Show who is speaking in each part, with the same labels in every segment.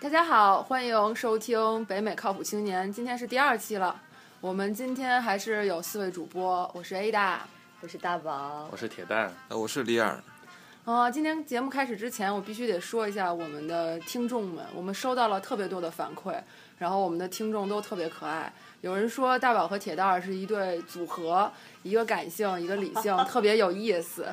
Speaker 1: 大家好，欢迎收听北美靠谱青年，今天是第二期了。我们今天还是有四位主播，我是 Ada。
Speaker 2: 我是大宝，
Speaker 3: 我是铁蛋，
Speaker 4: 呃，我是李尔，
Speaker 1: 啊、今天节目开始之前，我必须得说一下我们的听众们，我们收到了特别多的反馈，然后我们的听众都特别可爱。有人说大宝和铁蛋儿是一对组合，一个感性，一个理性，特别有意思。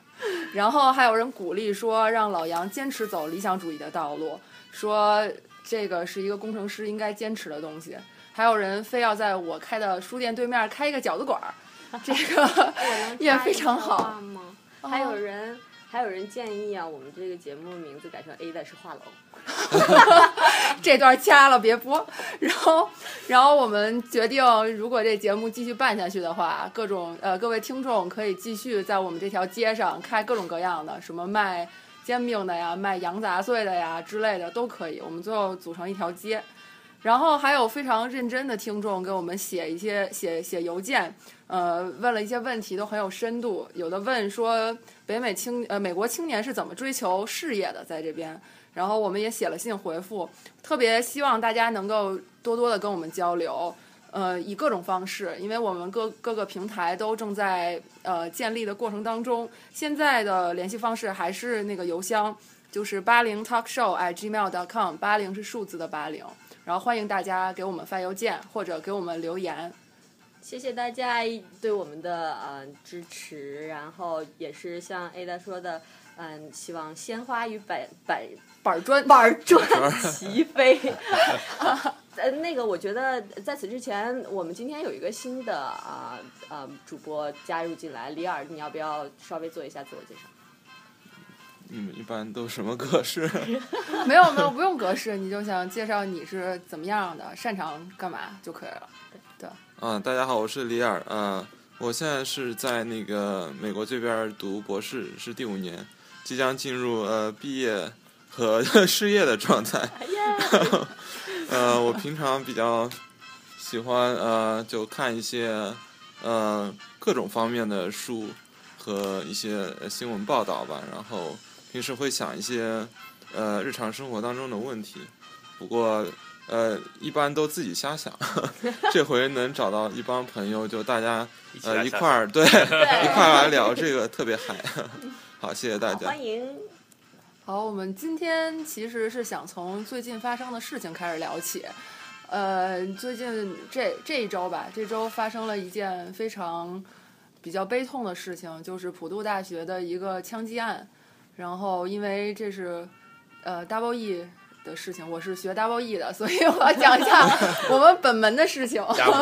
Speaker 1: 然后还有人鼓励说，让老杨坚持走理想主义的道路，说这个是一个工程师应该坚持的东西。还有人非要在我开的书店对面开一个饺子馆儿，这个也非常好。哦
Speaker 2: 吗？还有人。还有人建议啊，我们这个节目名字改成 A 的是话痨，
Speaker 1: 这段掐了别播。 然后，然后我们决定，如果这节目继续办下去的话，各种呃各位听众可以继续在我们这条街上开各种各样的，什么卖煎饼的呀、卖羊杂碎的呀之类的都可以。我们最后组成一条街。然后还有非常认真的听众给我们写一些写写邮件，呃，问了一些问题，都很有深度。有的问说北美青呃美国青年是怎么追求事业的，在这边，然后我们也写了信回复，特别希望大家能够多多的跟我们交流，呃，以各种方式，因为我们各各个平台都正在呃建立的过程当中。现在的联系方式还是那个邮箱，就是八零 talkshow at gmail.com，八零是数字的八零。然后欢迎大家给我们发邮件或者给我们留言。
Speaker 2: 谢谢大家对我们的呃支持，然后也是像 Ada 说的，嗯、希望鲜花与百 百
Speaker 1: 板砖，
Speaker 2: 板儿转齐飞。 呃，那个，我觉得在此之前，我们今天有一个新的啊啊、主播加入进来，李尔，你要不要稍微做一下自我介绍？
Speaker 4: 你们一般都什么格式？
Speaker 1: 没有没有，不用格式，你就想介绍你是怎么样的，擅长干嘛就可以了。
Speaker 4: 嗯，大家好，我是李尔，嗯，我现在是在那个美国这边读博士，是第五年，即将进入呃毕业和 失业的状态。呃，我平常比较喜欢呃，就看一些呃各种方面的书和一些呃新闻报道吧，然后平时会想一些呃日常生活当中的问题，不过呃一般都自己瞎想， 这回能找到一帮朋友，就大家
Speaker 3: 一起来
Speaker 4: 呃一
Speaker 3: 下
Speaker 4: 块 儿对一块儿来聊这个特别嗨， 好，谢谢大
Speaker 2: 好
Speaker 4: 家
Speaker 2: 欢。迎。
Speaker 1: 好，我们今天其实是想从最近发生的事情开始聊起。呃，最近这这一周吧，这周发生了一件非常比较悲痛的事情，就是普渡大学的一个枪击案。然后因为这是呃 double E 的事情，我是学 double E 的，所以我要讲一下我们本门的事情。
Speaker 3: 加入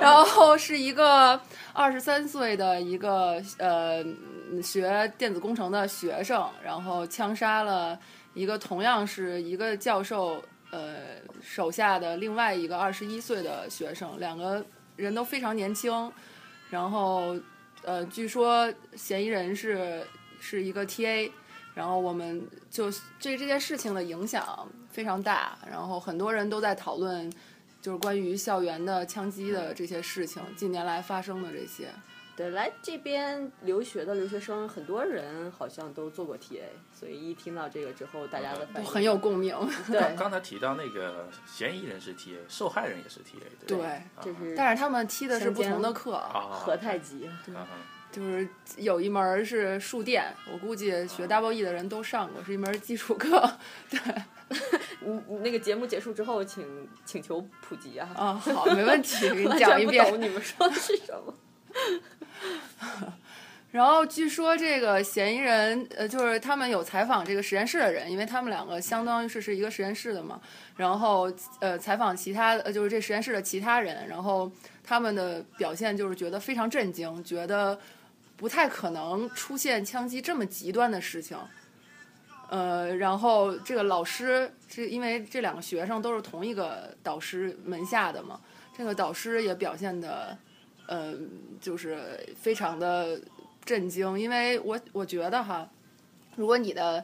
Speaker 1: 然后是一个二十三岁的一个呃学电子工程的学生，然后枪杀了一个同样是一个教授呃手下的另外一个二十一岁的学生，两个人都非常年轻，然后呃据说嫌疑人是是一个 TA。然后我们就对这件事情的影响非常大，然后很多人都在讨论就是关于校园的枪击
Speaker 2: 嗯
Speaker 1: 的这些事情，近年来发生的这些。
Speaker 2: 对，来这边留学的留学生，很多人好像都做过 TA，所以一听到这个之后，大家的反
Speaker 1: 都
Speaker 2: 应
Speaker 1: 很有共鸣，
Speaker 2: 对，
Speaker 3: 刚才提到那个嫌疑人是 TA，受害人也是 TA，对吧
Speaker 1: 对
Speaker 3: 啊
Speaker 2: 这是
Speaker 1: 但是他们踢的是不同的课，
Speaker 3: 啊，
Speaker 2: 何太极。
Speaker 3: 啊
Speaker 1: 就是有一门是数电，我估计
Speaker 2: 嗯
Speaker 1: 学 double E 的人都上过，是一门基础 课。
Speaker 2: 你你嗯那个节目结束之后，请请求普及啊，
Speaker 1: 啊，好，没问题，给 你
Speaker 2: 完
Speaker 1: 讲
Speaker 2: 全
Speaker 1: 一
Speaker 2: 不
Speaker 1: 遍。
Speaker 2: 懂你们说的是什 么。
Speaker 1: 然后据说这个嫌疑人，呃，就是他们有采访这个实验室的人，因为他们两个相当于是是一个实验室的嘛。然后呃，采访其他呃，就是这实验室的其他人，然后他们的表现就是觉得非常震惊，觉得不太可能出现枪击这么极端的事情。呃，然后这个老师是因为这两个学生都是同一个导师门下的嘛，这个导师也表现的，呃，就是非常的震惊，因为我我觉得哈，如果你的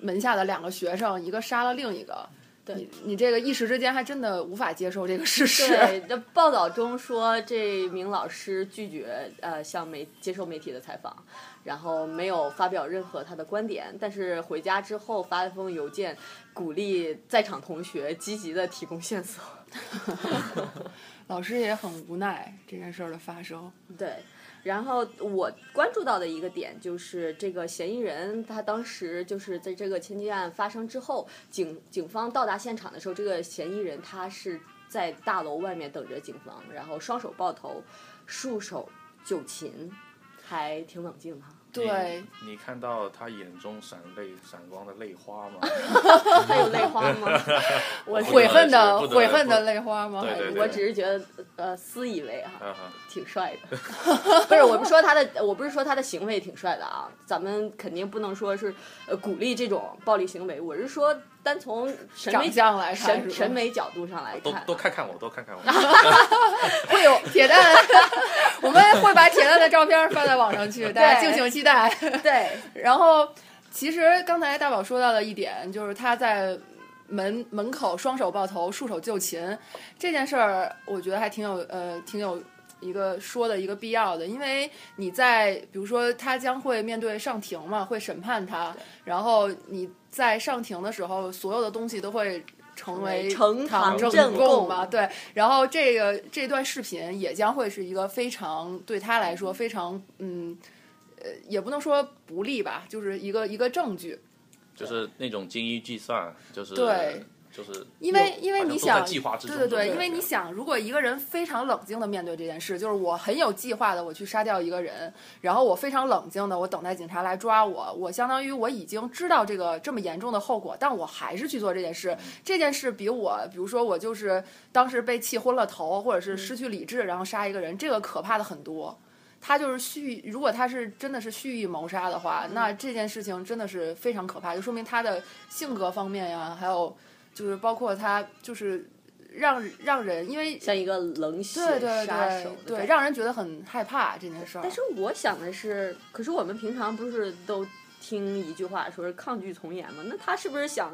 Speaker 1: 门下的两个学生，一个杀了另一个，
Speaker 2: 对
Speaker 1: 你你这个一时之间还真的无法接受这个事实。
Speaker 2: 对，这报道中说这名老师拒绝呃向媒接受媒体的采访，然后没有发表任何他的观点，但是回家之后发了封邮件，鼓励在场同学积极的提供线索。
Speaker 1: 老师也很无奈这件事儿的发生。
Speaker 2: 对，然后我关注到的一个点就是这个嫌疑人，他当时就是在这个枪击案发生之后，警警方到达现场的时候，这个嫌疑人他是在大楼外面等着警方，然后双手抱头，束手就擒，还挺冷静的哈。
Speaker 1: 对，
Speaker 3: 你，你看到他眼中闪泪闪光的泪花 吗？
Speaker 2: 他有泪花吗？ 我
Speaker 3: 不
Speaker 1: 悔
Speaker 3: 得
Speaker 1: 恨的
Speaker 3: 不得
Speaker 1: 悔恨
Speaker 3: 不
Speaker 1: 的泪花吗？
Speaker 3: 对对对
Speaker 2: 我只是觉得呃私以为哈、
Speaker 3: 嗯哼
Speaker 2: 挺帅的， 不是我不说他的，我不是说他的行为挺帅的啊，咱们肯定不能说是呃鼓励这种暴力行为，我是说单从审
Speaker 1: 长
Speaker 2: 美
Speaker 1: 相来看是
Speaker 2: 审
Speaker 1: 吧
Speaker 2: 审美角度上来
Speaker 3: 多
Speaker 2: 看，
Speaker 3: 多看看我，多看看我。
Speaker 1: 会有铁蛋，我们会把铁蛋的照片发在网上去，大家
Speaker 2: 对
Speaker 1: 敬请期待。
Speaker 2: 对
Speaker 1: 然后，其实刚才大宝说到的一点，就是他在门门口双手抱头、束手就擒这件事儿，我觉得还挺有呃，挺有一个说的一个必要的，因为你在比如说他将会面对上庭嘛，会审判他，然后你在上庭的时候，所有的东西都会。成为
Speaker 2: 呈堂
Speaker 1: 证
Speaker 2: 证
Speaker 1: 供
Speaker 2: 供
Speaker 1: 嘛，对，然后这个这段视频也将会是一个非常对他来说非常嗯也不能说不利吧，就是一个一个证据。
Speaker 3: 就是那种精益计算，就是
Speaker 1: 对，
Speaker 3: 就是
Speaker 1: 因为
Speaker 3: 有
Speaker 1: 因为
Speaker 3: 好像
Speaker 1: 你
Speaker 3: 都在
Speaker 1: 想，
Speaker 3: 计划之
Speaker 1: 对对
Speaker 3: 中，对
Speaker 1: 对，因为你想，如果一个人非常冷静的面对这件事，就是我很有计划的我去杀掉一个人，然后我非常冷静的我等待警察来抓我，我相当于我已经知道这个这么严重的后果，但我还是去做这件事。这件事比我，比如说我就是当时被气昏了头，或者是失去理智然后杀一个人，这个可怕的很多。他就是蓄，如果他是真的是蓄意谋杀的话，
Speaker 2: 嗯
Speaker 1: 那这件事情真的是非常可怕，就说明他的性格方面呀，还有就是包括他就是让让人因为
Speaker 2: 像一个冷血
Speaker 1: 对对
Speaker 2: 杀手
Speaker 1: 对
Speaker 2: 的
Speaker 1: 对，
Speaker 2: 感觉
Speaker 1: 让人觉得很害怕这件事儿。
Speaker 2: 但是我想的是，可是我们平常不是都听一句话说是抗拒从严吗？那他是不是想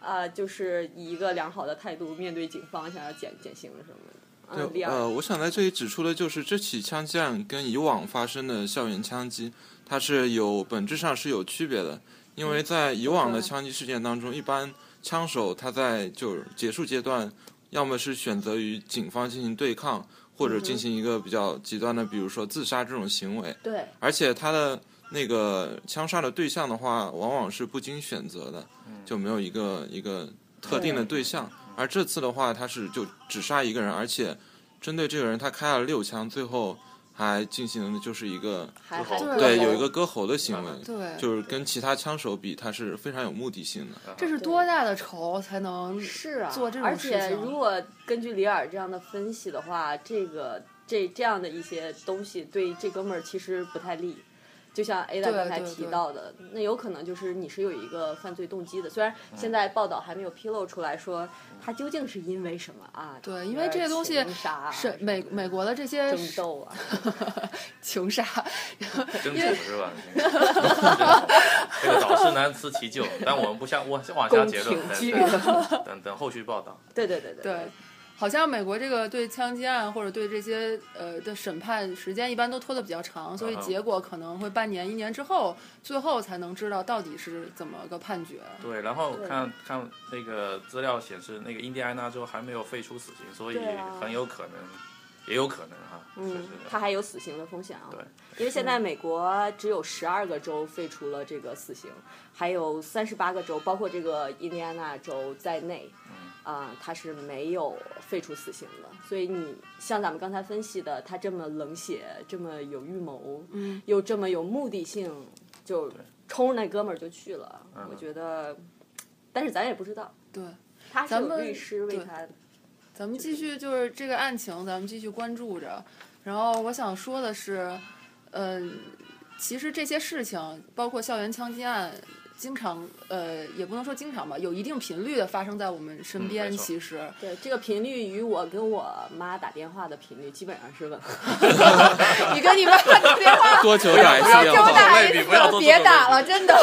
Speaker 2: 啊、呃就是以一个良好的态度面对警方，想要减减刑什么的？嗯，第
Speaker 4: 对，
Speaker 2: 二，
Speaker 4: 呃，我想在这里指出的就是，这起枪击案跟以往发生的校园枪击，它是有本质上是有区别的，因为在以往的枪击事件当中，一般枪手他在就是结束阶段，要么是选择与警方进行对抗，或者进行一个比较极端的，比如说自杀这种行为，
Speaker 2: 对
Speaker 4: 而且他的那个枪杀的对象的话，往往是不经选择的，就没有一个一个特定的
Speaker 2: 嗯
Speaker 4: 对象。而这次的话，他是就只杀一个人，而且针对这个人，他开了六枪，最后还进行的就是一个
Speaker 2: 还
Speaker 3: 之后
Speaker 1: 对
Speaker 2: 还
Speaker 4: 对
Speaker 1: 割喉
Speaker 4: 有一个割喉的行为，
Speaker 1: 对
Speaker 4: 就是跟其他枪手比，他是非常有目的性的。
Speaker 1: 这是多大的仇才能
Speaker 2: 是啊，
Speaker 1: 做这
Speaker 2: 而
Speaker 1: 种事
Speaker 2: 且如
Speaker 1: 情？
Speaker 2: 果根据里尔这样的分析的话，这个这这样的一些东西对这哥们儿其实不太利。就像 A 大
Speaker 1: 对
Speaker 2: 刚才
Speaker 1: 对
Speaker 2: 提
Speaker 1: 对
Speaker 2: 到的，那有可能就是你是有一个犯罪动机的，虽然现在报道还没有披露出来说他究竟是因为什么啊？
Speaker 1: 对因为这些东西
Speaker 2: 情杀啊
Speaker 1: 是美美国的这些
Speaker 2: 争斗啊，
Speaker 1: 情杀，
Speaker 3: 争宠 是吧？这个导师难辞其咎，但我们不下往往下
Speaker 2: 宫
Speaker 3: 结
Speaker 2: 廷
Speaker 3: 论，
Speaker 2: 剧，
Speaker 3: 等等等后续报道。
Speaker 2: 对对对对
Speaker 1: 对，好像美国这个对枪击案或者对这些呃的审判时间一般都拖得比较长，所以
Speaker 3: 嗯哼
Speaker 1: 结果可能会半年、一年之后，最后才能知道到底是怎么个判决。
Speaker 3: 对，然后
Speaker 2: 对
Speaker 3: 看看那个资料显示，那个印第安纳州还没有废除死刑，所以
Speaker 2: 对啊
Speaker 3: 很有可能，也有可能哈，就
Speaker 2: 嗯
Speaker 3: 是，
Speaker 2: 他还有死刑的风险啊。
Speaker 3: 对，
Speaker 2: 因为现在美国只有十二个州废除了这个死刑，还有三十八个州，包括这个印第安纳州在内，
Speaker 3: 嗯
Speaker 2: 啊、它是没有废除死刑的。所以你像咱们刚才分析的，他这么冷血，这么有预谋，
Speaker 1: 嗯，
Speaker 2: 又这么有目的性，就冲着那哥们儿就去了。
Speaker 3: 嗯
Speaker 2: 我觉得，但是咱也不知道，
Speaker 1: 对，
Speaker 2: 他是
Speaker 1: 咱
Speaker 2: 有
Speaker 1: 们
Speaker 2: 律师为
Speaker 1: 对
Speaker 2: 他，
Speaker 1: 咱们继续就是这个案情，咱们继续关注着。然后我想说呃的是，嗯、其实这些事情，包括校园枪击案，经常呃，也不能说经常吧，有一定频率的发生在我们身
Speaker 3: 嗯
Speaker 1: 边。
Speaker 3: 没错
Speaker 1: 其实，
Speaker 2: 对，这个频率与我跟我妈打电话的频率基本上是吻合。
Speaker 1: 你跟你妈打电话，
Speaker 4: 多久打一次
Speaker 1: 给
Speaker 4: 电
Speaker 1: 我打
Speaker 3: 不要
Speaker 4: 话？
Speaker 3: 做这种类
Speaker 1: 一
Speaker 3: 比不要做这
Speaker 1: 次，
Speaker 3: 种
Speaker 1: 别打了，真的。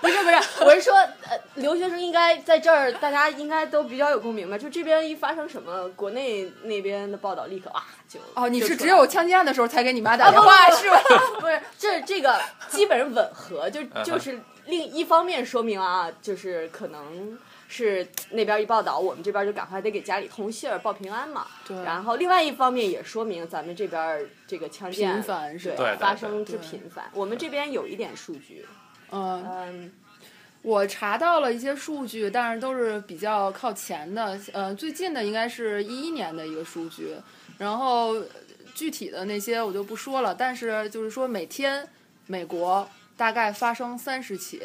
Speaker 2: 不是不是， 我是说，呃，留学生应该在这儿，大家应该都比较有共鸣吧？就这边一发生什么，国内那边的报道立刻哇就
Speaker 1: 哦，你
Speaker 2: 就是出
Speaker 1: 只
Speaker 2: 来
Speaker 1: 有枪击案的时候才给你妈打
Speaker 2: 啊
Speaker 1: 电
Speaker 2: 不
Speaker 1: 话
Speaker 2: 不不
Speaker 1: 是吧？
Speaker 2: 不是这这个基本上吻合，就就是另一方面说明啊，就是可能。是那边一报道，我们这边就赶快得给家里通信儿报平安嘛。
Speaker 1: 对
Speaker 2: 然后另外一方面也说明咱们这边儿这个枪击案
Speaker 1: 频繁是吧
Speaker 2: 对
Speaker 3: 对对
Speaker 2: 发
Speaker 3: 对
Speaker 2: 生之
Speaker 1: 对
Speaker 2: 频繁。我们这边有一点数据，
Speaker 1: 嗯，
Speaker 2: 嗯，
Speaker 1: 我查到了一些数据，但是都是比较靠前的。呃，最近的应该是一一年的一个数据，然后呃具体的那些我就不说了。但是就是说，每天美国大概发生三十起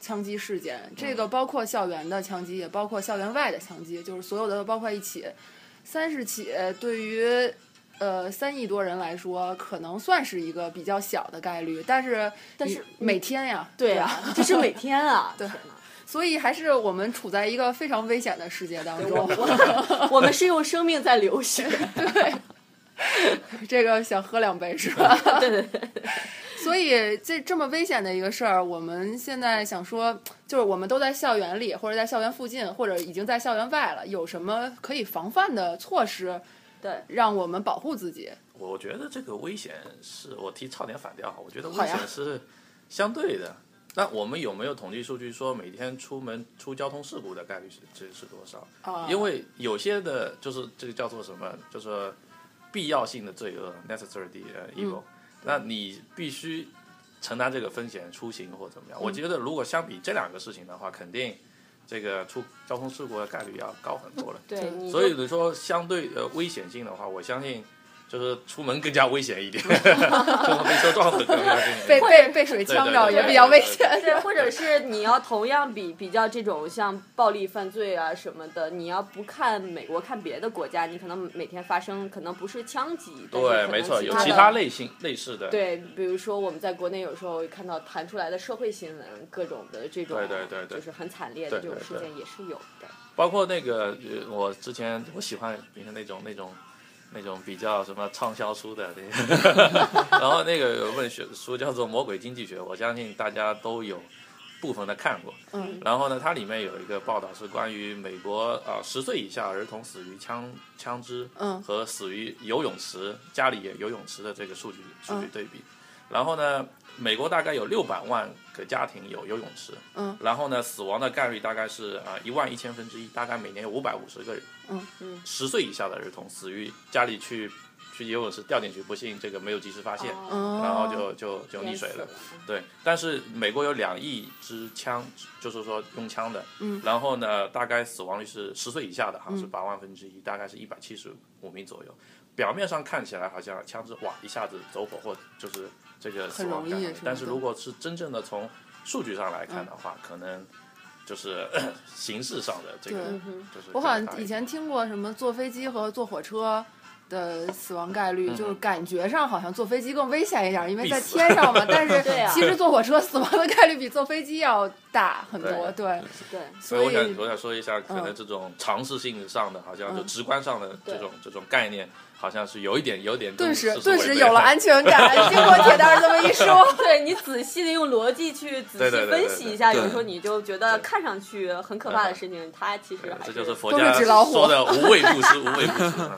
Speaker 1: 枪击事件，这个包括校园的枪击，也包括校园外的枪击，就是所有的都包括一起。三十起对于呃三亿多人来说，可能算是一个比较小的概率，但是
Speaker 2: 但
Speaker 1: 你
Speaker 2: 是
Speaker 1: 每天呀，
Speaker 2: 对
Speaker 1: 吧
Speaker 2: 啊，这是每天啊，对
Speaker 1: 所以还是我们处在一个非常危险的世界当
Speaker 2: 我
Speaker 1: 中。
Speaker 2: 我我们是用生命在流血，
Speaker 1: 这个想喝两杯是吧？
Speaker 2: 对对对，
Speaker 1: 所以这这么危险的一个事儿，我们现在想说，就是我们都在校园里，或者在校园附近，或者已经在校园外了，有什么可以防范的措施，
Speaker 2: 对，
Speaker 1: 让我们保护自己？
Speaker 3: 我觉得这个危险是我提差点反调哈，我觉得危
Speaker 1: 好呀
Speaker 3: 险是相对的。那我们有没有统计数据说每天出门出交通事故的概率是是是多少？
Speaker 1: 啊
Speaker 3: 因为有些的就是这个叫做什么，就是说必要性的罪恶 （necessary 呃 evil），、那你必须承担这个风险出行或怎么样。我觉得如果相比这两个事情的话，肯定这个出交通事故的概率要高很多了。
Speaker 2: 嗯对，你
Speaker 3: 所
Speaker 2: 就
Speaker 3: 以你说相对呃危险性的话，我相信就是出门更加危险一点，就是被车撞死更加危险一
Speaker 1: 被
Speaker 3: 点。
Speaker 1: 被被水呛着
Speaker 3: 对对
Speaker 1: 也
Speaker 3: 对
Speaker 1: 比较危险。
Speaker 2: 对，或者是你要同样比比较这种像暴力犯罪啊什么的，你要不看美国看别的国家，你可能每天发生可能不是枪击，但是可
Speaker 3: 对，
Speaker 2: 能
Speaker 3: 没错，有
Speaker 2: 的
Speaker 3: 其他类型类似的，
Speaker 2: 对，比如说我们在国内有时候看到弹出来的社会新闻，各种的这种，
Speaker 3: 对对对对
Speaker 2: 就是很惨烈的这
Speaker 3: 对
Speaker 2: 种
Speaker 3: 对
Speaker 2: 事
Speaker 3: 对
Speaker 2: 件也是有的。
Speaker 3: 包括那个呃我之前我喜欢比如说那种那种那种比较什么畅销书的， 然后那个有本学书叫做《魔鬼经济学》，我相信大家都有部分的看过。
Speaker 1: 嗯，
Speaker 3: 然后呢，它里面有一个报道是关于美国啊十、0岁以下儿童死于枪枪支，
Speaker 1: 嗯
Speaker 3: 和死于游泳池家里游泳池的这个数据数据
Speaker 1: 嗯
Speaker 3: 对比。然后呢，美国大概有六百万个家庭有游泳池，
Speaker 1: 嗯，
Speaker 3: 然后呢，死亡的概率大概是啊一万一千分之一，大概每年有五百五十个人，
Speaker 1: 嗯
Speaker 2: 嗯
Speaker 3: 十岁以下的儿童死于家里去去游泳池掉进去，不幸这个没有及时发现，
Speaker 2: 哦，
Speaker 1: 嗯，
Speaker 3: 然后就就就溺
Speaker 2: 淹
Speaker 3: 水
Speaker 2: 死
Speaker 1: 哦
Speaker 3: 了。对，但是美国有两亿支枪，就是说用枪的，
Speaker 1: 嗯，
Speaker 3: 然后呢，大概死亡率是十岁以下的，好像是
Speaker 1: 嗯
Speaker 3: 八万分之一，大概是一百七十五名左右。表面上看起来好像枪支哇一下子走火或就是这个死亡
Speaker 1: 很容易
Speaker 3: 感
Speaker 1: 是嗯
Speaker 3: 染
Speaker 1: 吧
Speaker 3: 但是
Speaker 1: 对
Speaker 3: 如果是真正的从数据上来看的话，可能就是 形式上的这个
Speaker 1: 对
Speaker 2: 嗯哼。
Speaker 3: 就是
Speaker 1: 我好
Speaker 3: 更大
Speaker 1: 像
Speaker 3: 一
Speaker 1: 以前
Speaker 3: 点
Speaker 1: 听过什么坐飞机和坐火车。的死亡概率
Speaker 3: 嗯
Speaker 1: 就是感觉上好像坐飞机更危险一点，因为
Speaker 3: 必
Speaker 1: 在
Speaker 3: 死
Speaker 1: 天上 嘛。但是
Speaker 2: 对啊
Speaker 1: 其实坐火车死亡的概率比坐飞机要大很多，对，
Speaker 2: 对，
Speaker 3: 嗯所以我
Speaker 1: 所
Speaker 3: 想
Speaker 1: 以嗯
Speaker 3: 我想说一下，可能这种尝试性上的，好像就直观上的这种、这种概念，好像是有一点有一点跟
Speaker 1: 顿时
Speaker 3: 世俗
Speaker 1: 顿
Speaker 3: 嗯违
Speaker 1: 时
Speaker 3: 背
Speaker 1: 有了
Speaker 3: 的
Speaker 1: 安全感。 经过铁蛋儿这么一说，
Speaker 2: 对你仔细的用逻辑去仔细
Speaker 3: 对对对对
Speaker 2: 分析一下，
Speaker 4: 对
Speaker 2: 有时候你就觉得
Speaker 3: 对
Speaker 2: 看上去很可怕的事情，它其实
Speaker 3: 对
Speaker 2: 还是。
Speaker 3: 这就是佛
Speaker 1: 都是
Speaker 3: 家
Speaker 1: 纸老虎
Speaker 3: 说的无畏布施，无畏布施。嗯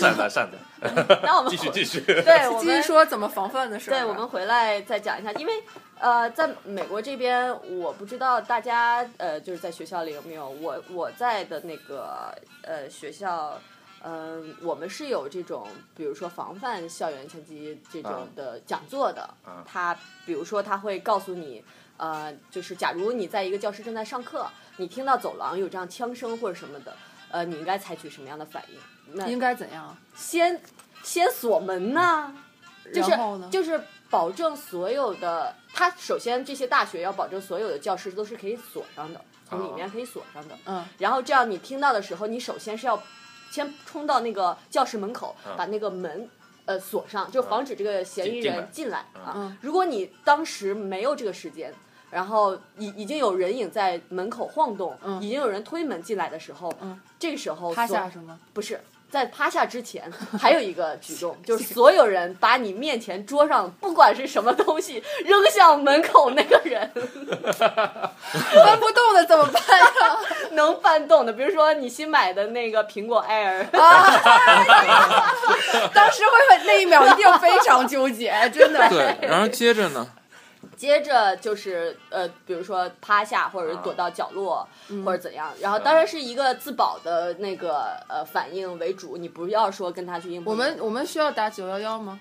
Speaker 3: 善的善的，
Speaker 2: 那我们
Speaker 3: 继续
Speaker 2: 回
Speaker 3: 继续。
Speaker 2: 对我
Speaker 1: 继续
Speaker 2: 们
Speaker 1: 说怎么防范的事儿啊。
Speaker 2: 对我们回来再讲一下，因为呃，在美国这边，我不知道大家呃就是在学校里有没有我我在的那个呃学校。嗯，我们是有这种，比如说防范校园枪击这种的讲座的。
Speaker 3: 啊
Speaker 2: 他比如说他会告诉你，呃，就是假如你在一个教室正在上课，你听到走廊有这样枪声或者什么的，呃，你应该采取什么样的反应？那
Speaker 1: 应该怎样？
Speaker 2: 先先锁门呐、就是
Speaker 1: 然后呢？
Speaker 2: 就是保证所有的，它首先这些大学要保证所有的教室都是可以锁上的，从里面
Speaker 3: 哦
Speaker 2: 可以锁上的。
Speaker 1: 嗯，
Speaker 2: 然后这样你听到的时候，你首先是要先冲到那个教室门口，
Speaker 3: 嗯
Speaker 2: 把那个门。呃，锁上就防止这个嫌疑
Speaker 3: 进进来
Speaker 2: 人进来
Speaker 3: 嗯
Speaker 2: 啊
Speaker 1: 嗯！
Speaker 2: 如果你当时没有这个时间，然后已已经有人影在门口晃动，
Speaker 1: 嗯
Speaker 2: 已经有人推门进来的时候，
Speaker 1: 嗯
Speaker 2: 这时候
Speaker 1: 趴
Speaker 2: 所
Speaker 1: 下是 吗？
Speaker 2: 不是在趴下之前，还有一个举动，就是所有人把你面前桌上不管是什么东西扔向门口那个人，
Speaker 1: 搬不动的怎么办 呀？
Speaker 2: 能搬动的，比如说你新买的那个苹果 Air，
Speaker 1: 啊 当时会很那一秒一定非常纠结，真的。
Speaker 4: 对，然后接着呢，
Speaker 2: 接着就是呃，比如说趴下，或者是躲到角落，
Speaker 1: 嗯
Speaker 2: 或者怎样。然后当然是一个自保的那个呃反应为主，你不要说跟他去硬碰
Speaker 1: 我
Speaker 2: 硬。
Speaker 1: 们我们需要打九幺幺吗？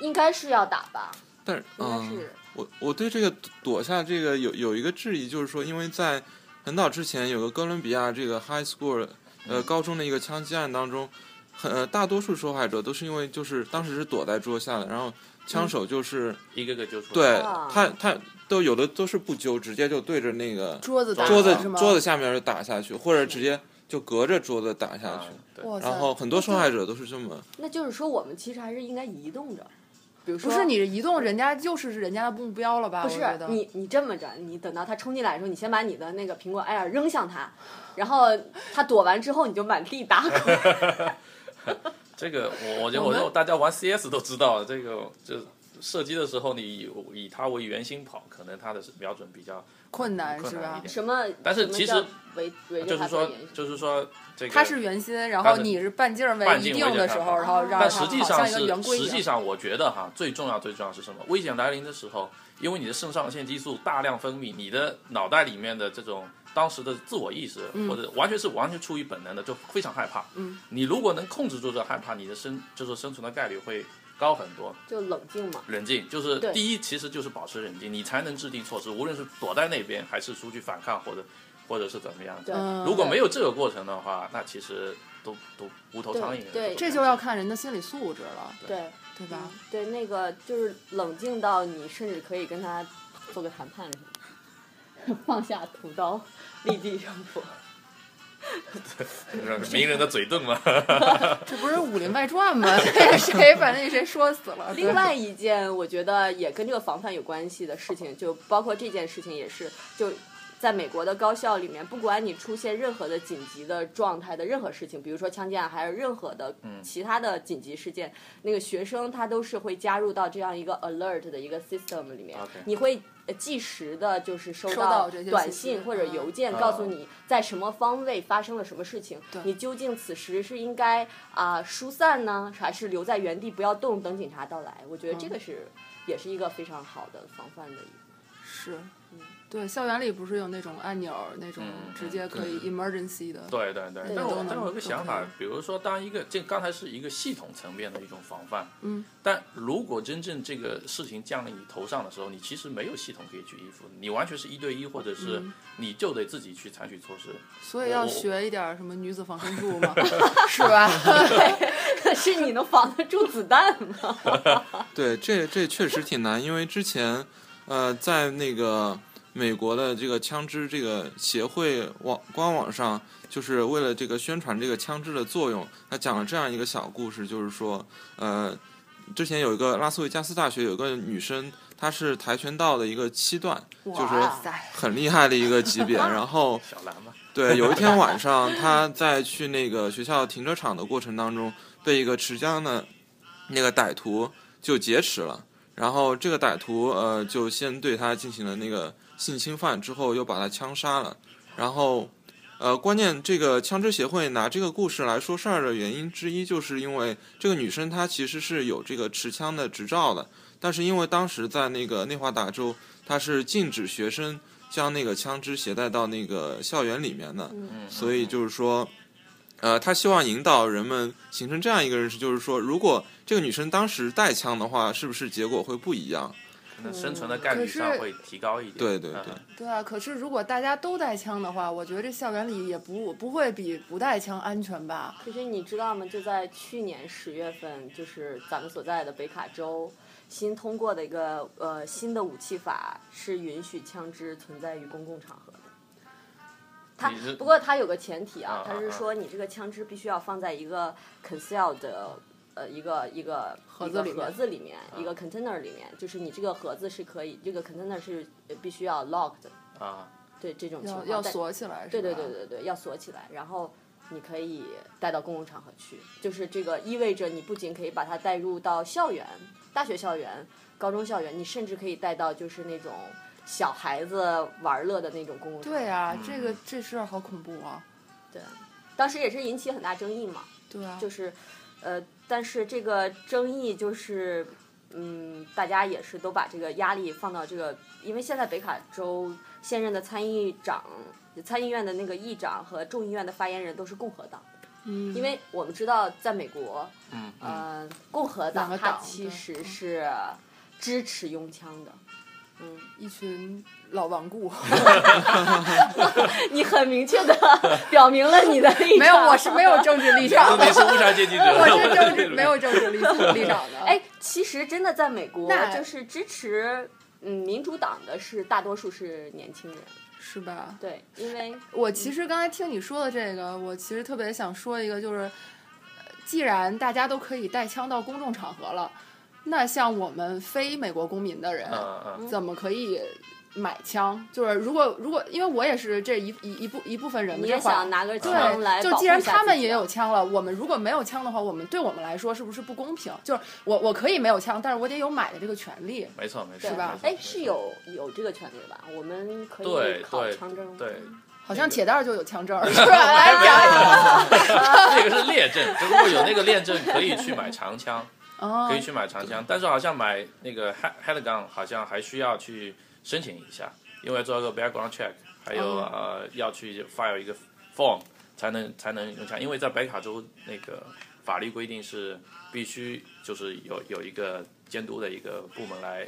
Speaker 2: 应该是要打吧？
Speaker 4: 但是
Speaker 2: 应该
Speaker 4: 嗯
Speaker 2: 是，
Speaker 4: 我我对这个躲下这个有有一个质疑，就是说，因为在很早之前有个哥伦比亚这个 high school 呃高中的一个枪击案当中，很、呃、大多数受害者都是因为就是当时是躲在桌下的，然后枪手就是、
Speaker 3: 一个个揪出来。
Speaker 4: 对
Speaker 2: 啊
Speaker 4: 他他都有的都是不揪，直接就对着那个
Speaker 1: 桌子打
Speaker 4: 桌子
Speaker 1: 是吗？
Speaker 4: 桌子下面就打下去，或者直接就隔着桌子打下
Speaker 3: 啊
Speaker 4: 去。，
Speaker 3: 对，
Speaker 1: 哇塞！
Speaker 4: 然后很多受害者都是这么，
Speaker 2: 那就是说我们其实还是应该移动着，比如说
Speaker 1: 不是。你移动，人家就是人家的目标了吧？
Speaker 2: 不
Speaker 1: 我
Speaker 2: 是
Speaker 1: 觉得
Speaker 2: 你，你这么着，你等到他冲进来的时候，你先把你的那个苹果 Air 扔向他，然后他躲完之后，你就满地打滚。
Speaker 3: 这个我我觉得
Speaker 1: 我
Speaker 3: 我
Speaker 1: 们
Speaker 3: 说大家玩 CS 都知道，这个就射击的时候你以以它为圆心跑，可能它的瞄准比较，
Speaker 1: 困难
Speaker 3: 困
Speaker 1: 是
Speaker 3: 难
Speaker 1: 吧
Speaker 3: 一？点
Speaker 2: 什么？
Speaker 3: 但是
Speaker 2: 什么
Speaker 3: 其实
Speaker 2: 叫围围着
Speaker 3: 就
Speaker 2: 他
Speaker 3: 是
Speaker 2: 做
Speaker 3: 说
Speaker 2: 演示
Speaker 3: 就是说这个
Speaker 1: 他是圆心，然
Speaker 3: 他
Speaker 1: 后
Speaker 3: 是
Speaker 1: 你是半径为
Speaker 3: 半
Speaker 1: 一
Speaker 3: 径
Speaker 1: 定
Speaker 3: 围
Speaker 1: 的
Speaker 3: 着
Speaker 1: 时
Speaker 3: 他
Speaker 1: 候，然后让它
Speaker 3: 但实际
Speaker 1: 好
Speaker 3: 上
Speaker 1: 像一个
Speaker 3: 是
Speaker 1: 圆，规一
Speaker 3: 实
Speaker 1: 样
Speaker 3: 际上我觉得哈，最重要最重要是什么？危险来临的时候，因为你的肾上腺激素大量分泌，你的脑袋里面的这种当时的自我意识，
Speaker 1: 嗯
Speaker 3: 或者完全是完全出于本能的，就非常害怕。
Speaker 1: 嗯，
Speaker 3: 你如果能控制住这害怕，你的生就是生存的概率会高很多。
Speaker 2: 就冷静嘛。
Speaker 3: 冷静就是
Speaker 2: 对
Speaker 3: 第一，其实就是保持冷静，你才能制定措施，无论是躲在那边，还是出去反抗，或者或者是怎么样。
Speaker 2: 对，
Speaker 1: 嗯
Speaker 3: 如果没有这个过程的话，那其实都都无头苍蝇了。
Speaker 2: 对
Speaker 1: 这就要看人的心理素质了，
Speaker 2: 对，嗯
Speaker 1: 对吧？
Speaker 3: 嗯
Speaker 2: 对，那个就是冷静到你甚至可以跟他做个谈判什么的， 放下屠刀，立地成佛。
Speaker 3: 名人的嘴遁嘛。
Speaker 1: 这不是《武林外传》 吗？谁把那谁说死了？对
Speaker 2: 另外一件我觉得也跟这个防范有关系的事情，就包括这件事情也是，就在美国的高校里面，不管你出现任何的紧急的状态的任何事情，比如说枪击案，还有任何的
Speaker 3: 嗯
Speaker 2: 其他的紧急事件，那个学生他都是会加入到这样一个 alert 的一个 system 里面
Speaker 3: OK
Speaker 2: 你会。呃计时的，就是收
Speaker 1: 收到
Speaker 2: 到
Speaker 1: 这些
Speaker 2: 短
Speaker 1: 信息
Speaker 2: 信或者
Speaker 1: 嗯
Speaker 2: 邮件，
Speaker 3: 啊
Speaker 2: 告诉你在什么方位发生了什么事情
Speaker 1: 对，
Speaker 2: 你究竟此时是应该啊、疏散呢，还是留在原地不要动，等警察到来？我觉得这
Speaker 1: 嗯
Speaker 2: 个是、也是一个非常好的防范的一个。
Speaker 1: 是，嗯对，校园里不是有那种按钮，那种
Speaker 3: 嗯
Speaker 1: 直接可以 emergency 的，
Speaker 3: 对对对，但
Speaker 2: 都
Speaker 3: 我
Speaker 2: 能
Speaker 3: 但我有个想
Speaker 1: 都
Speaker 3: 法
Speaker 1: 可以，
Speaker 3: 比如说，当一个这刚才是一个系统层面的一种防范，
Speaker 1: 嗯，
Speaker 3: 但如果真正这个事情降临你头上的时候，你其实没有系统可以去依附，你完全是一对一，或者是
Speaker 1: 嗯
Speaker 3: 你就得自己去采取措施。
Speaker 1: 所以要
Speaker 3: 我
Speaker 1: 学一点什么女子防身术 嘛，是吧？
Speaker 2: 可 是你能防得住子弹吗？
Speaker 4: 对，这这确实挺难，因为之前，呃，在那个美国的这个枪支这个协会网官网上，就是为了这个宣传这个枪支的作用，他讲了这样一个小故事，就是说，呃，之前有一个拉斯维加斯大学有个女生，她是跆拳道的一个七段，就是
Speaker 1: 哇塞，
Speaker 4: 很厉害的一个级别，然后。
Speaker 3: 小兰嘛，
Speaker 4: 对，有一天晚上，他在去那个学校停车场的过程当中，被一个持枪的那个歹徒就劫持了。然后这个歹徒呃，就先对他进行了那个性侵犯，之后又把他枪杀了。然后，呃，关键这个枪支协会拿这个故事来说事儿的原因之一，就是因为这个女生她其实是有这个持枪的执照的，但是因为当时在那个内华达州，它是禁止学生将那个枪支携带到那个校园里面的，
Speaker 3: 嗯，
Speaker 4: 所以就是说，呃，他希望引导人们形成这样一个认识，就是说，如果这个女生当时带枪的话，是不是结果会不一样？
Speaker 3: 可能生存的概率
Speaker 1: 可
Speaker 3: 上
Speaker 1: 是
Speaker 3: 会提高一点。
Speaker 4: 对对
Speaker 3: 嗯
Speaker 4: 对，
Speaker 1: 对啊。可是如果大家都带枪的话，我觉得这校园里也不不会比不带枪安全吧？
Speaker 2: 可是你知道吗？就在去年十月份，就是咱们所在的北卡州新通过的一个呃新的武器法，是允许枪支存在于公共场合的。它
Speaker 3: 你是
Speaker 2: 不过它有个前提啊
Speaker 3: 啊啊，
Speaker 2: 它是说你这个枪支必须要放在一个 concealed 的呃一个一个
Speaker 1: 盒
Speaker 2: 一
Speaker 1: 子
Speaker 2: 个
Speaker 1: 里面
Speaker 2: 盒子里
Speaker 3: 啊
Speaker 2: 面一个 container 里面，就是你这个盒子是可以，这个 container 是呃必须要 locked 的，
Speaker 3: 啊，
Speaker 2: 对这种情
Speaker 1: 要
Speaker 2: 况
Speaker 1: 要
Speaker 2: 但
Speaker 1: 锁起来，
Speaker 2: 对
Speaker 1: 是
Speaker 2: 对
Speaker 1: 吧
Speaker 2: 对，对对，要锁起来，然后你可以带到公共场合去，就是这个意味着你不仅可以把它带入到校园、大学校园、高中校园，你甚至可以带到就是那种小孩子玩乐的那种公共场合。
Speaker 1: 对啊，
Speaker 3: 嗯
Speaker 1: 这个这事儿好恐怖啊！
Speaker 2: 对当时也是引起很大争议嘛，
Speaker 1: 对啊，
Speaker 2: 就是呃，但是这个争议就是。嗯，大家也是都把这个压力放到这个，因为现在北卡州现任的参议长、参议院的那个议长和众议院的发言人都是共和党，
Speaker 1: 嗯，
Speaker 2: 因为我们知道，在美国，
Speaker 3: 嗯嗯
Speaker 2: 呃，共和
Speaker 1: 两个
Speaker 2: 党它
Speaker 1: 党
Speaker 2: 其
Speaker 1: 对嗯
Speaker 2: 实是支持拥枪的。 嗯，
Speaker 1: 一群老顽固，
Speaker 2: 你很明确的 表明了你的立场。
Speaker 1: 没有，我是没有政治立场
Speaker 3: 说
Speaker 1: 的
Speaker 3: 明，是无产阶级者，
Speaker 1: 呃我是政治没有政治立立场的。
Speaker 2: 哎，，其实真的在美国
Speaker 1: 那，
Speaker 2: 就是支持嗯民主党的是大多数是年轻人。
Speaker 1: 是吧？
Speaker 2: 对，因为
Speaker 1: 我其实刚才听你说的这个，我其实特别想说一个，就是呃既然大家都可以带枪到公众场合了，那像我们非美国公民的人，
Speaker 3: 嗯嗯
Speaker 1: 怎么可以买枪？就是如果如果，因为我也是这一一一部一部分人嘛，
Speaker 2: 你
Speaker 1: 这
Speaker 2: 也
Speaker 1: 环
Speaker 2: 想拿个枪来
Speaker 1: 对，
Speaker 2: 保
Speaker 1: 就
Speaker 2: 护
Speaker 1: 既然
Speaker 2: 一下
Speaker 1: 他们
Speaker 2: 自己
Speaker 1: 也有枪了，我们如果没有枪的话，我们对我们来说是不是不公平？就是我我可以没有枪，但是我得有买的这个权利。
Speaker 3: 没错没错，
Speaker 2: 对
Speaker 1: 是吧
Speaker 3: 没错
Speaker 2: 哎，是。有有这个权利吧？我们可
Speaker 3: 对
Speaker 2: 以考
Speaker 3: 对
Speaker 2: 枪证吗。
Speaker 3: 没错对，
Speaker 1: 好像铁蛋儿就有枪证 儿，是吧？
Speaker 4: 哎
Speaker 1: 哎来讲一讲。
Speaker 3: 这个是列证，就如果有那个列证，可以去买长枪，
Speaker 1: 哦
Speaker 3: 可以去买长枪，但是好像买那个 h a d gun 好像还需要去申请一下，因为做一个 background check，还有、
Speaker 1: 哦
Speaker 3: 呃要去 file 一个 form 才能才能用枪，因为在北卡州那个法律规定是必须就是有有一个监督的一个部门来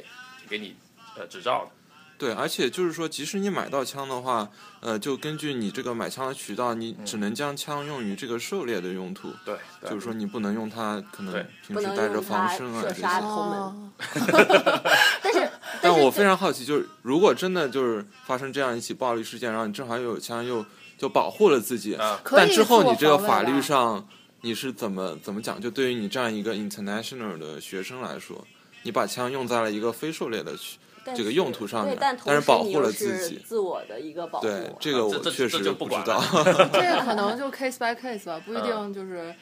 Speaker 3: 给你呃执照的。
Speaker 4: 对，而且就是说，即使你买到枪的话，呃，就根据你这个买枪的渠道，你只能将枪用于这个狩猎的用途，
Speaker 3: 对，对
Speaker 4: 就是说你不能用它，可能
Speaker 3: 对
Speaker 4: 平
Speaker 2: 不
Speaker 4: 时
Speaker 2: 能
Speaker 4: 带着
Speaker 2: 用
Speaker 4: 防
Speaker 2: 它
Speaker 4: 身啊
Speaker 2: 射
Speaker 4: 这些。
Speaker 2: 杀抠门
Speaker 1: 哦
Speaker 4: 但我非常好奇，就是如果真的就是发生这样一起暴力事件，然后你正好又有枪，又就保护了自己，
Speaker 3: 啊，
Speaker 1: 可以
Speaker 4: 但之后
Speaker 1: 自我
Speaker 4: 你这个
Speaker 1: 防卫
Speaker 4: 法
Speaker 1: 吧
Speaker 4: 律上你是怎么怎么讲？就对于你这样一个 international 的学生来说，你把枪用在了一个非狩猎的区，
Speaker 2: 但
Speaker 4: 这个
Speaker 2: 是
Speaker 4: 用途上
Speaker 2: 对
Speaker 4: 的，
Speaker 2: 但
Speaker 4: 但
Speaker 2: 同
Speaker 4: 是
Speaker 2: 时你
Speaker 4: 保护
Speaker 2: 又
Speaker 4: 了自
Speaker 2: 是
Speaker 4: 己
Speaker 2: 自我的一个保护。啊
Speaker 4: 对这个
Speaker 3: 这
Speaker 4: 我
Speaker 3: 这
Speaker 4: 确
Speaker 3: 这
Speaker 4: 实
Speaker 3: 就
Speaker 4: 不
Speaker 3: 不
Speaker 4: 知
Speaker 3: 管
Speaker 4: 道。
Speaker 1: 这个可 能就 case by case 吧，不
Speaker 4: 嗯
Speaker 1: 一定就是，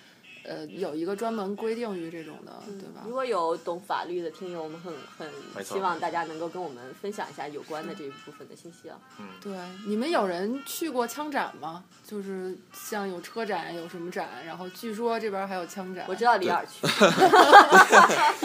Speaker 1: 呃，有一个专门规定于这种的，嗯对吧
Speaker 2: 如？果有懂法律的听友，我们很
Speaker 3: 没
Speaker 2: 很
Speaker 3: 错
Speaker 2: 希望大家能够跟我们分享一下有关的这一部分的信 息啊。
Speaker 1: 对，你们有人去过枪展吗？就是像有车展，有什么展，然后据说这边还有枪展。
Speaker 2: 我知道李尔去，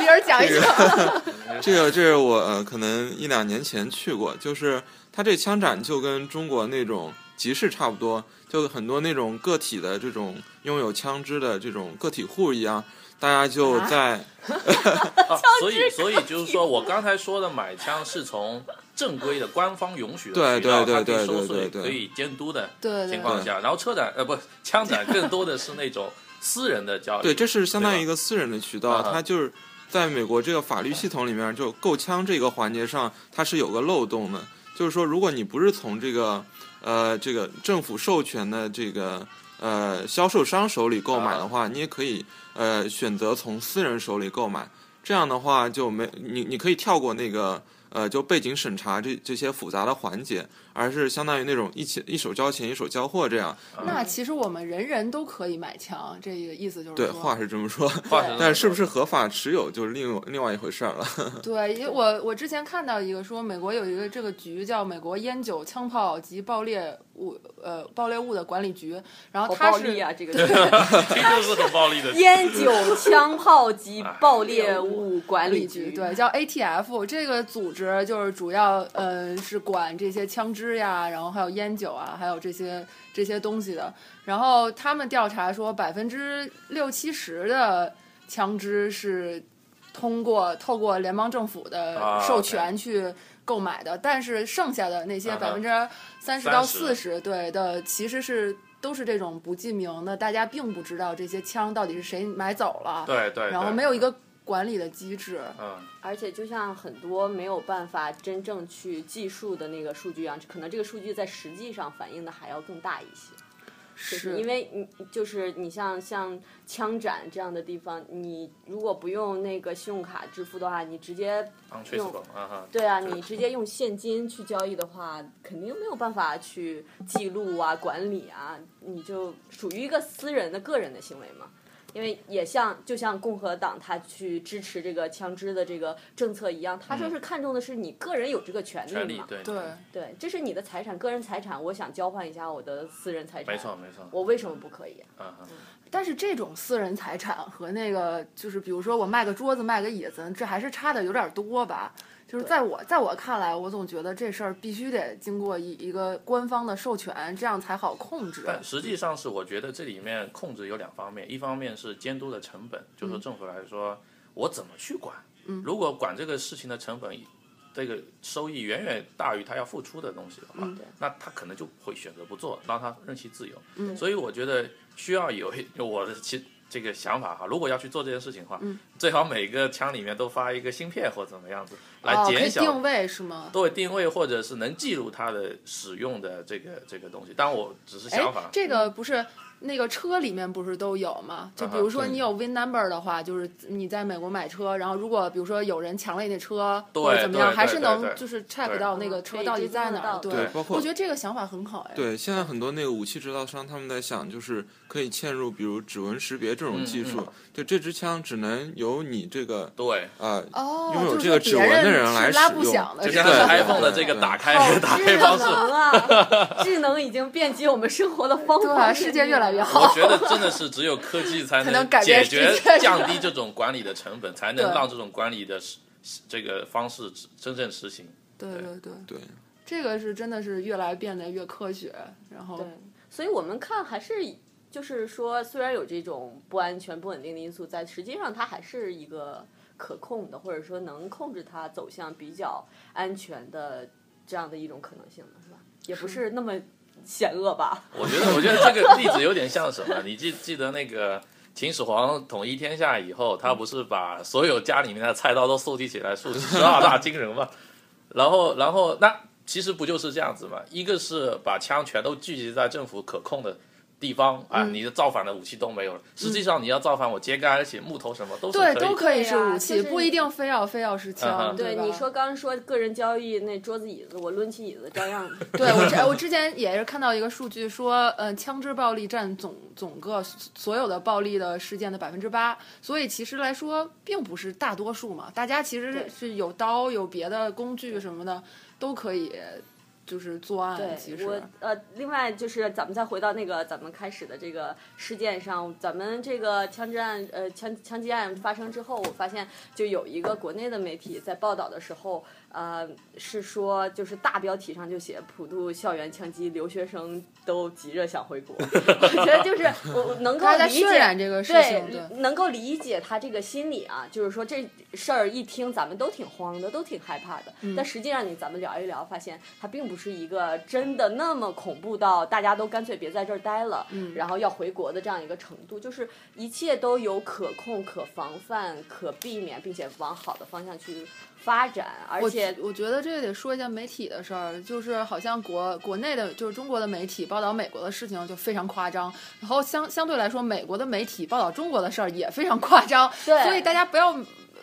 Speaker 1: 丽儿 讲一讲。
Speaker 4: 这个这是我、呃、可能一两年前去过，就是它这枪展就跟中国那种集市差不多，就很多那种个体的这种拥有枪支的这种个体户一样，大家就
Speaker 1: 啊
Speaker 4: 在、
Speaker 3: 啊所以所以就是说我刚才说的买枪是从正规的官方允许的
Speaker 4: 对
Speaker 3: 渠道，
Speaker 4: 对
Speaker 3: 它
Speaker 4: 对
Speaker 3: 可以
Speaker 4: 对
Speaker 3: 收
Speaker 4: 对
Speaker 3: 税，
Speaker 4: 对
Speaker 3: 可以监督的
Speaker 1: 对对
Speaker 3: 情况
Speaker 1: 对，
Speaker 3: 下，然后车展呃不枪展更多的是那种私人的交易，
Speaker 4: 对，这是相当
Speaker 3: 对
Speaker 4: 于
Speaker 3: 吧
Speaker 4: 一个私人的渠
Speaker 3: 啊
Speaker 4: 道，
Speaker 3: 哈
Speaker 4: 它就是在美国这个法律系统里面，就购枪这个环节上，它是有个漏洞的。就是说，如果你不是从这个呃这个政府授权的这个呃销售商手里购
Speaker 3: 啊
Speaker 4: 买的话，你也可以呃选择从私人手里购买。这样的话就没你，你可以跳过那个呃就背景审查这这些复杂的环节，而是相当于那种一起一手交钱一手交货这样。
Speaker 3: 啊
Speaker 1: 那其实我们人人都可以买枪，这个意思就是
Speaker 4: 对，
Speaker 1: 说
Speaker 4: 话是这么说。
Speaker 3: 话是这么说，
Speaker 4: 但是不是合法持有就是另另外一回事儿了。
Speaker 1: 对，因为我我之前看到一个说，美国有一个这个局叫美国烟酒、枪炮及爆裂物呃爆裂物的管理局，然后
Speaker 2: 好
Speaker 1: 它
Speaker 2: 暴
Speaker 1: 是
Speaker 2: 力啊！这 个是，
Speaker 3: 听就是很暴力的
Speaker 2: 烟酒枪炮及爆裂物管理局，
Speaker 1: 哎对，叫 ATF 这个组织就是主要呃是管这些枪支呀，然后还有烟酒啊，还有这些这些东西的。然后他们调查说，百分之六七十的枪支是通过透过联邦政府的
Speaker 3: 啊
Speaker 1: 授
Speaker 3: ，OK
Speaker 1: 权去购买的，但是剩下的那些
Speaker 3: 嗯
Speaker 1: 百分
Speaker 3: 哼
Speaker 1: 之三十到四十
Speaker 3: 30
Speaker 1: 对的，其实是。都是这种不记名的，大家并不知道这些枪到底是谁买走了，
Speaker 3: 对 对，
Speaker 1: 然后
Speaker 3: 对
Speaker 1: 没有一个管理的机制。
Speaker 3: 嗯
Speaker 2: 而且就像很多没有办法真正啊去计数的那个数据一样，可能这个数据在实际上反映的还要更大一些。就是因为你就是你像像枪展这样的地方，你如果不用那个信用卡支付的话，你直接用
Speaker 3: untraceable 啊哈，
Speaker 2: 对啊，你直接用现金去交易的话，肯定没有办法去记录啊、管理啊，你就属于一个私人的个人的行为嘛。因为也像就像共和党他去支持这个枪支的这个政策一样，他就是看重的是你个人有这个权
Speaker 3: 嗯权
Speaker 2: 利
Speaker 3: 利
Speaker 2: 嘛。
Speaker 3: 对
Speaker 1: 对，
Speaker 2: 对，这是你的财产，个人财产，我想交换一下我的私人财产。
Speaker 3: 没错没错，
Speaker 2: 我为什么不可以啊、
Speaker 3: 啊哈，
Speaker 1: 但是这种私人财产和那个就是，比如说我卖个桌子、卖个椅子，这还是差的有点多吧？就是在我在我看来，我总觉得这事儿必须得经过一一个官方的授权，这样才好控制。
Speaker 3: 但实际上是我觉得这里面控制有两方面，一方面是监督的成本，就
Speaker 1: 嗯
Speaker 3: 说政府来说，我怎么去管？如果管这个事情的成本，这个收益远远大于他要付出的东西的话，
Speaker 1: 嗯
Speaker 3: 那他可能就会选择不做，让他任其自由。
Speaker 1: 嗯
Speaker 3: 所以我觉得需要有一我的其这个想法哈，如果要去做这件事情的话，最好每个枪里面都发一个芯片或怎么样子，来
Speaker 1: 嗯哦，可
Speaker 3: 减
Speaker 1: 以
Speaker 3: 小、
Speaker 1: 定位是吗？
Speaker 3: 对定位或者是能记录它的使用的这个这个东西。当然，我只是
Speaker 1: 哎
Speaker 3: 想法，。
Speaker 1: 这个不是那个车里面不是都有吗？就比如说
Speaker 4: 对
Speaker 1: 你有 VIN number 的话，就是你在美国买车，然后如果比如说有人抢了你那车
Speaker 3: 对
Speaker 1: 或者怎么样，
Speaker 3: 对
Speaker 1: 还是
Speaker 3: 对对
Speaker 1: 能
Speaker 3: 对
Speaker 1: 就是 check
Speaker 3: 对
Speaker 1: 到那个车到底在哪儿。
Speaker 2: 对
Speaker 4: 对包括
Speaker 1: 我觉得这个想法很好哎。
Speaker 4: 对，现在很多那个武器制造商他们在想，就是可以嵌入比如指纹识别这种技术，
Speaker 3: 嗯
Speaker 4: 就这支枪只能由你这个
Speaker 3: 对，
Speaker 4: 啊、
Speaker 1: 哦，
Speaker 4: 拥有
Speaker 1: 就是
Speaker 4: 这个
Speaker 1: 说
Speaker 4: 指纹
Speaker 1: 别
Speaker 4: 的
Speaker 1: 人
Speaker 4: 人
Speaker 1: 是
Speaker 4: 来
Speaker 1: 拉
Speaker 4: 使
Speaker 1: 不
Speaker 4: 用
Speaker 1: 响的
Speaker 3: 就是像
Speaker 4: 对
Speaker 1: 吧？
Speaker 3: iPhone 的这个打开哎 打
Speaker 2: 哦智
Speaker 3: 开方式，
Speaker 2: 能啊，智能已经遍及我们生活的方方面面
Speaker 1: 对，啊世界越来越。
Speaker 3: 我
Speaker 1: 好。
Speaker 3: 觉得真的是只有科技才
Speaker 1: 才能改变
Speaker 3: 解决
Speaker 1: 世界
Speaker 3: 降低这种管理的成本，才能
Speaker 1: 对
Speaker 3: 让这种管理的实这个方式真正实行。
Speaker 1: 对对对，
Speaker 4: 对，
Speaker 1: 这个是真的是越来变得越科学，然后
Speaker 2: 对，所以我们看还是就是说，虽然有这种不安全、不稳定的因素在，实际上它还是一个可控的，或者说能控制它走向比较安全的这样的一种可能性的，是吧？也不是那么险恶吧？
Speaker 3: 我觉得，我觉得这个例子有点像什么？你记记得那个秦始皇统一天下以后，他不是把所有家里面的菜刀都收集起来，竖起十二大金人嘛？ 然后，然后那其实不就是这样子嘛？一个是把枪全都聚集在政府可控的。地方啊，
Speaker 1: 嗯
Speaker 3: 你的造反的武器都没有了。实际上，你要造反，我揭竿，而且木头什么都是
Speaker 1: 对
Speaker 3: 可以
Speaker 1: 都可以是
Speaker 2: 对呀
Speaker 1: 武器，
Speaker 2: 就是
Speaker 1: 不一定非要非要是
Speaker 3: 嗯
Speaker 1: 枪，
Speaker 3: 哼
Speaker 1: 对吧
Speaker 2: 你说刚刚说个人交易那桌子椅子，我抡起椅子照样。
Speaker 1: 对我 之哎我之前也是看到一个数据说，嗯、枪支暴力占总总个所有的暴力的事件的百分之八，所以其实来说并不是大多数嘛，大家其实
Speaker 2: 对
Speaker 1: 是有刀有别的工具什么的都可以，就是作案。其
Speaker 2: 对，
Speaker 1: 实
Speaker 2: 我呃，另外就是咱们再回到那个咱们开始的这个事件上，咱们这个枪支案呃枪枪击案发生之后，我发现就有一个国内的媒体在报道的时候，呃，是说就是大标题上就写普渡校园枪击，留学生都急着想回国。 我觉得就是我我能够
Speaker 1: 大家
Speaker 2: 理解
Speaker 1: 渲染这个事情，对
Speaker 2: 对，能够理解他这个心理啊，就是说这事儿一听咱们都挺慌的，都挺害怕的。
Speaker 1: 嗯
Speaker 2: 但实际上你咱们聊一聊，发现它并不是一个真的那么恐怖到大家都干脆别在这儿待了，
Speaker 1: 嗯
Speaker 2: 然后要回国的这样一个程度，就是一切都有可控、可防范、可避免，并且往好的方向去发展，而
Speaker 1: 我
Speaker 2: 且
Speaker 1: 觉。我觉得这得说一件媒体的事儿，就是好像国国内的，就是中国的媒体报道美国的事情就非常夸张，然后相相对来说，美国的媒体报道中国的事儿也非常夸张，
Speaker 2: 对
Speaker 1: 所以大家不要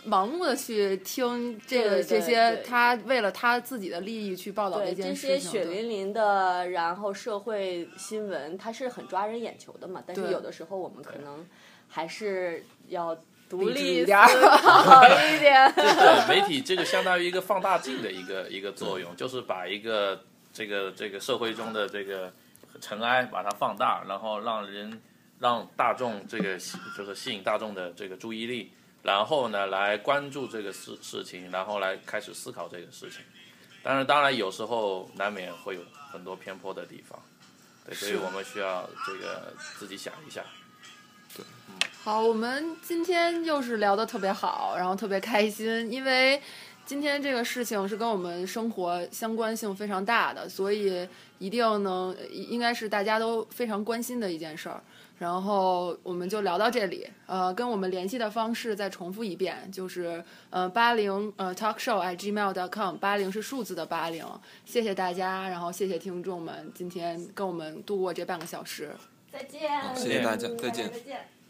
Speaker 1: 盲目的去听这个
Speaker 2: 对对
Speaker 1: 这些
Speaker 2: 对
Speaker 1: 他为了他自己的利益去报道
Speaker 2: 对
Speaker 1: 件
Speaker 2: 这
Speaker 1: 事
Speaker 2: 些
Speaker 1: 情。
Speaker 2: 血
Speaker 1: 对
Speaker 2: 淋淋的，然后社会新闻，它是很抓人眼球的嘛。但是
Speaker 1: 对
Speaker 2: 有的时候我们可能还是要独
Speaker 1: 理智一
Speaker 2: 立
Speaker 1: 点儿
Speaker 2: 思考一点。
Speaker 3: 对媒体这个相当于一个放大镜的一个一个作用，就是把一个这个这个社会中的这个尘埃把它放大，然后让人让大众这个吸就是吸引大众的这个注意力，然后呢来关注这个事事情，然后来开始思考这个事情。但是当然有时候难免会有很多偏颇的地方，对，所以我们需要这个自己想一下。
Speaker 1: 好，我们今天又是聊得特别好，然后特别开心，因为今天这个事情是跟我们生活相关性非常大的，所以一定能应该是大家都非常关心的一件事儿。然后我们就聊到这里，呃，跟我们联系的方式再重复一遍，就是呃八零呃 talk show at gmail dot com，八零是数字的八零，谢谢大家，然后谢谢听众们今天跟我们度过这半个小时，
Speaker 2: 再见
Speaker 4: 好，谢谢大家，再见。
Speaker 2: 嗯再见。